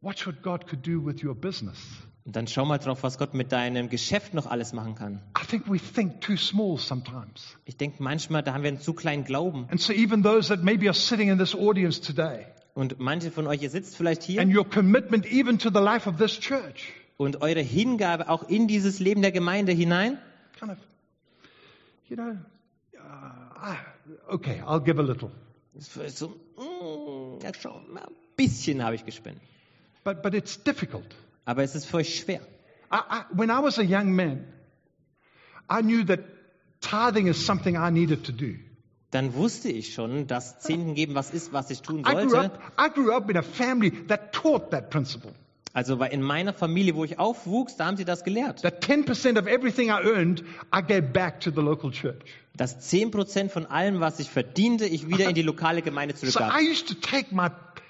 Watch what God could do with your business. Und dann schau mal drauf, was Gott mit deinem Geschäft noch alles machen kann. I think we think too small sometimes. Ich denke manchmal, da haben wir einen zu kleinen Glauben. And so, even those that maybe are sitting in this audience today, Und manche von euch, ihr sitzt vielleicht and hier your commitment even to the life of this church, und eure Hingabe auch in dieses Leben der Gemeinde hinein, kind of, you know, uh, I- okay, I'll give a little. ist so, mm, ja, schau, na, ein bisschen habe ich gespendet. But, but it's difficult. Aber es ist für euch schwer. I, I, when I was a young man, I knew that tithing is something I needed to do. Dann wusste ich schon, dass Zehnten geben was ist, was ich tun I grew, sollte. up, I grew up in a family that taught that principle Also weil in meiner Familie, wo ich aufwuchs, da haben sie das gelehrt. that 10% of everything I earned, I gave back to the local church. Dass 10% von allem, was ich verdiente, ich wieder in die lokale Gemeinde So zurückgab. I used to take my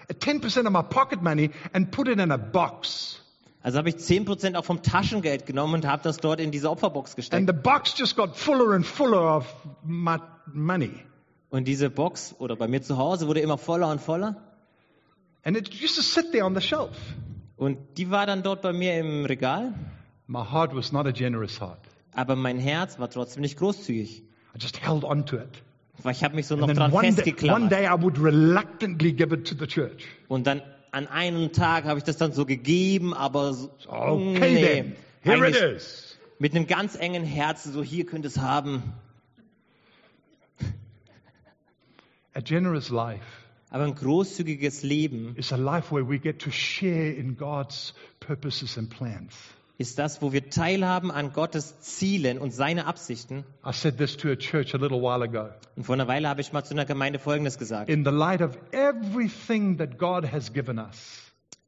10% of my pocket money and put it in a box. Also habe ich 10% auch vom Taschengeld genommen und habe das dort in diese Opferbox And gesteckt. the box just got fuller and fuller of my money. Und diese Box oder bei mir zu Hause wurde immer voller und voller. And it used to sit there on the shelf. Und die war dann dort bei mir im Regal. My heart was not a generous heart. Aber mein Herz war trotzdem nicht großzügig. I just held on to it. Weil ich habe mich so noch And dran then one day, one festgeklammert. day I would reluctantly give it to the church. Und dann an einem Tag habe ich das dann so gegeben, aber so, Okay Mm, then, here it Eigentlich is. mit einem ganz engen Herzen, so hier könnt ihr es haben. A generous life Aber ein großzügiges Leben is a life where we get to share in God's purposes and plans. ist das, wo wir teilhaben an Gottes Zielen und seine Absichten. I said this to a church a little while ago. Und vor einer Weile habe ich mal zu einer Gemeinde Folgendes gesagt. in the light of everything that God has given us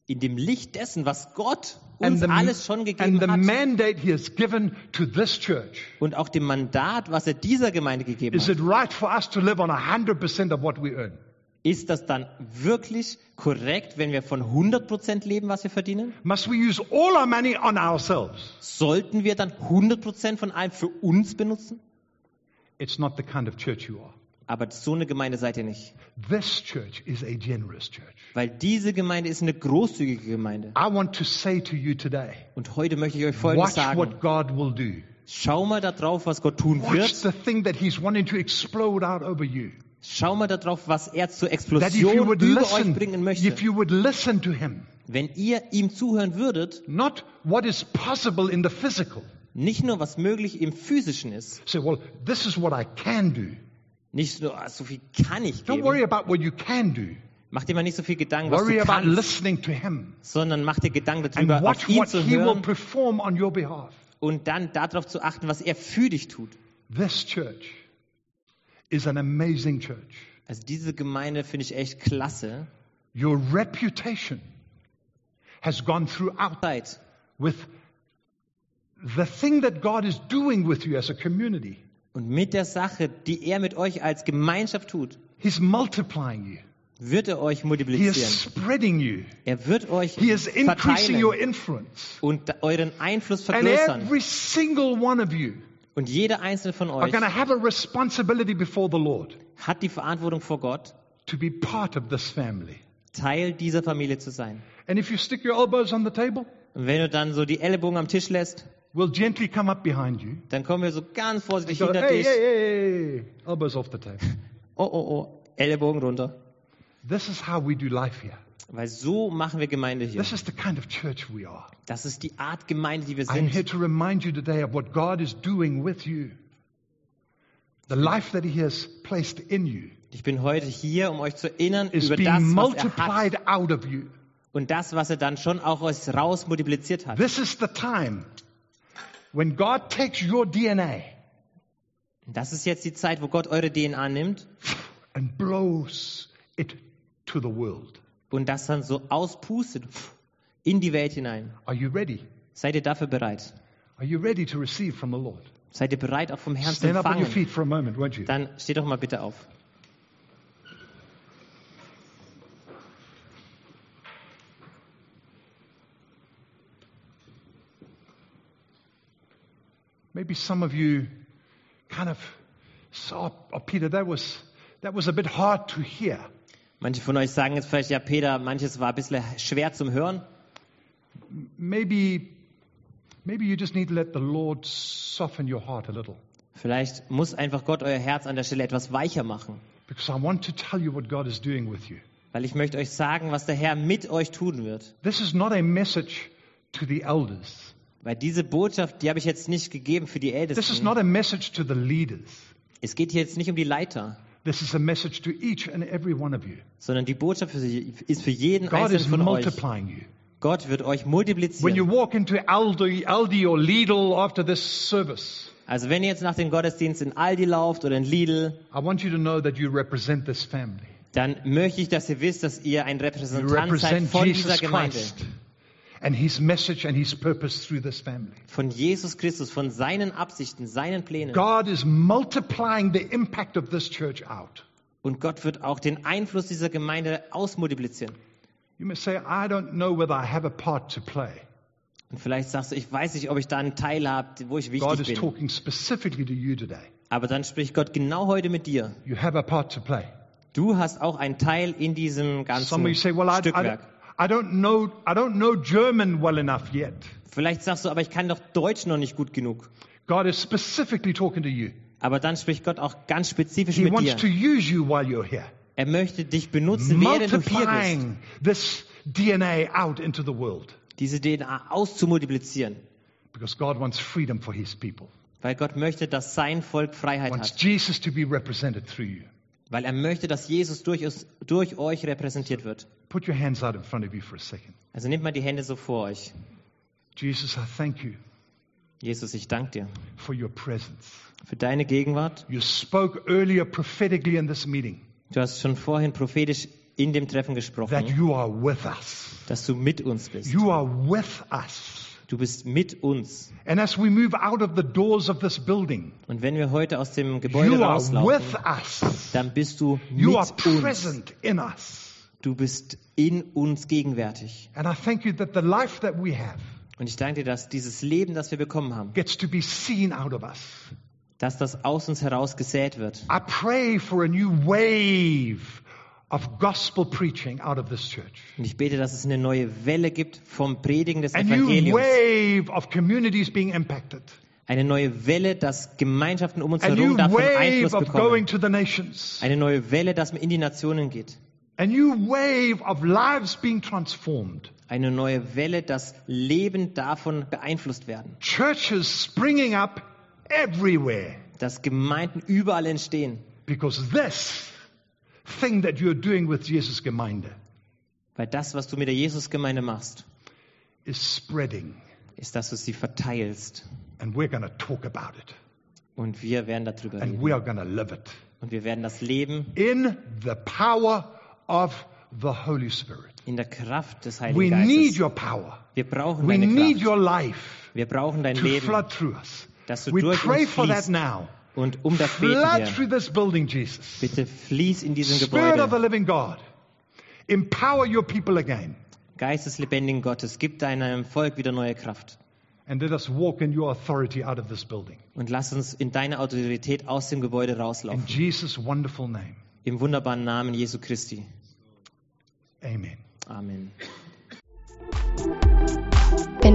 In dem Licht dessen, was Gott and uns the, alles schon and the gegeben hat mandate He has given to this church. und auch dem Mandat, was er dieser Gemeinde gegeben Is hat, it right for us to live on 100% of what we earn? ist das dann wirklich korrekt, wenn wir von 100% leben, was wir verdienen? Must we use all our money on ourselves? Sollten wir dann 100% von allem für uns benutzen? It's not the kind of church you are. Aber so eine Gemeinde seid ihr nicht. This church is a generous church. Weil diese Gemeinde ist eine großzügige Gemeinde. I want to say to you today Und heute möchte ich euch watch Folgendes sagen. what God will do. Schau mal darauf, was Gott tun Watch wird. the thing that He's wanting to explode out over you. Schau mal darauf, was er zur That if you Explosion would über euch listen, bringen möchte. if you would listen to Him, Wenn ihr ihm zuhören würdet, not what is possible in the physical. nicht nur was möglich im Physischen ist, Say, well, this is what I can do. nicht nur ah, so viel kann ich Don't worry geben, about what you can do. mach dir mal nicht so viel Gedanken, was Worry du about kannst, listening to Him sondern mach dir Gedanken and darüber, watch auf ihn what zu He will hören perform on your behalf. und dann darauf zu achten, was er für dich tut. This church is an amazing church. Also diese Gemeinde finde ich echt klasse. Your reputation has gone throughout Zeit. with the thing that God is doing with you as a community. Und mit der Sache, die er mit euch als Gemeinschaft tut, He's multiplying you. wird er euch He is multiplizieren. spreading you. Er wird euch He is increasing your verteilen influence. und euren Einfluss And vergrößern. every single one of you Und jeder einzelne von are euch going to have a responsibility before the Lord hat die Verantwortung vor Gott, to be part of this family. Teil dieser Familie zu sein. And if you stick your elbows on the table, Und wenn du dann so die Ellenbogen am Tisch lässt, we'll gently come up behind you. dann kommen wir so ganz vorsichtig Go, hinter hey, hey, dich. hey, hey, elbows off the table. Oh, oh, oh, Ellenbogen runter. This is how we do life here. Weil so machen wir Gemeinde hier. This is the kind of church we are. Das ist die Art Gemeinde, die wir I'm here sind. to remind you today of what God is doing with you, the life that He has placed in you. Ich bin heute hier, um euch zu erinnern is über das, being was er hat multiplied out of you. und das, was er dann schon auch aus raus multipliziert hat. This is the time when God takes your DNA Das ist jetzt die Zeit, wo Gott eure DNA nimmt and blows it to the world. und das dann so auspustet in die Welt hinein. Are you ready? Seid ihr dafür bereit? Are you ready to receive from the Lord? Seid ihr bereit, auch vom Herrn zu Stand up on your empfangen? feet for a moment, won't you? Dann steht doch mal bitte auf. Maybe some of you kind of saw, oh, Peter, that was, that was a bit hard to hear. Manche von euch sagen jetzt vielleicht, ja Peter, manches war ein bisschen schwer zum Hören. Maybe, maybe you just need to let the Lord soften your heart a little. Vielleicht muss einfach Gott euer Herz an der Stelle etwas weicher machen. Because I want to tell you what God is doing with you. Weil ich möchte euch sagen, was der Herr mit euch tun wird. This is not a message to the elders. Weil diese Botschaft, die habe ich jetzt nicht gegeben für die This is Ältesten. not a message to the leaders. Es geht hier jetzt nicht um die Leiter, This is a message to each and every one of you. sondern die Botschaft für sie, ist für jeden God einzelnen is von euch. multiplying you. Gott wird euch When you multiplizieren. walk into Aldi, Aldi or Lidl after this service, Also wenn ihr jetzt nach dem Gottesdienst in Aldi lauft oder in Lidl, I want you to know that you represent this family. dann möchte ich, dass ihr wisst, dass ihr ein You Repräsentant seid represent von dieser Jesus Gemeinde. Christ and his message and his purpose through this family. Von Jesus Christus, von seinen Absichten, seinen Plänen. God is multiplying the impact of this church out. Und Gott wird auch den Einfluss dieser Gemeinde ausmultiplizieren. You may say, I don't know whether I have a part to play. Und vielleicht sagst du, ich weiß nicht, ob ich da einen Teil habe, wo ich God wichtig is bin. talking specifically to you today. Aber dann spricht Gott genau heute mit dir. You have a part to play. Du hast auch einen Teil in diesem Some of ganzen you say, "Well, I, I, Stückwerk. I don't know, I don't know German well enough yet." Vielleicht sagst du, aber ich kann doch Deutsch noch nicht gut genug. God is specifically talking to you. Aber dann spricht Gott auch ganz spezifisch He mit wants to dir. use you while you're here, Er möchte dich benutzen, während du hier bist, multiplying this DNA out into the world, diese DNA auszumultiplizieren. because God wants freedom for His people. Weil Gott möchte, dass sein Volk Freiheit Wants hat. Jesus to be represented through you. Weil er möchte, dass Jesus durch, uns- durch euch repräsentiert wird. Put your hands out in front of you for a second. Also nehmt mal die Hände so vor euch. Jesus, I thank you Jesus, ich danke dir for your presence. für deine Gegenwart. You spoke earlier prophetically in this meeting Du hast schon vorhin prophetisch in dem Treffen that gesprochen, you are with us. dass du mit uns bist. You are with us. Du bist mit uns. And as we move out of the doors of this building, Und wenn wir heute aus dem Gebäude you are with rauslaufen, us. dann bist du You are mit uns. present in us. Du bist in uns gegenwärtig. And I thank you that the life that we have Und ich danke dir, dass dieses Leben, das wir bekommen haben, gets to be seen out of us. dass das aus uns heraus gesät wird. I pray for a new wave of gospel preaching out of this church. Und ich bete, dass es eine neue Welle gibt vom Predigen des A new Evangeliums. wave of communities being impacted. eine neue Welle, dass Gemeinschaften um uns a herum new davon wave Einfluss of going bekommen. to the nations, Eine neue Welle, dass man in die Nationen geht. a new wave of lives being transformed, Eine neue Welle, dass Leben davon beeinflusst werden. churches springing up everywhere. Dass Gemeinden überall entstehen. Because this thing that you're doing with Jesus Gemeinde Weil das, was du mit der Jesusgemeinde machst, is spreading, ist, dass du sie verteilst. and we're going to talk about it, Und wir werden darüber and reden. we are going to live it Und wir werden das Leben in the power of the Holy Spirit. in der Kraft des We Heiligen need Geistes. your power. Wir brauchen We deine need Kraft. your life Wir brauchen dein to Leben. flood through us. dass du We durch pray uns for that fließt. now. Und um das beten Flood wir. through this building, Jesus. Bitte fließ in diesem Spirit of the Gebäude. living God, empower your people again Geist des lebendigen Gottes, gib deinem Volk wieder neue Kraft. and let us walk in your authority out of this building. Und lass uns in deiner Autorität aus dem Gebäude In rauslaufen. Jesus' wonderful name. Im wunderbaren Namen Jesu Christi. Amen. Amen. Wenn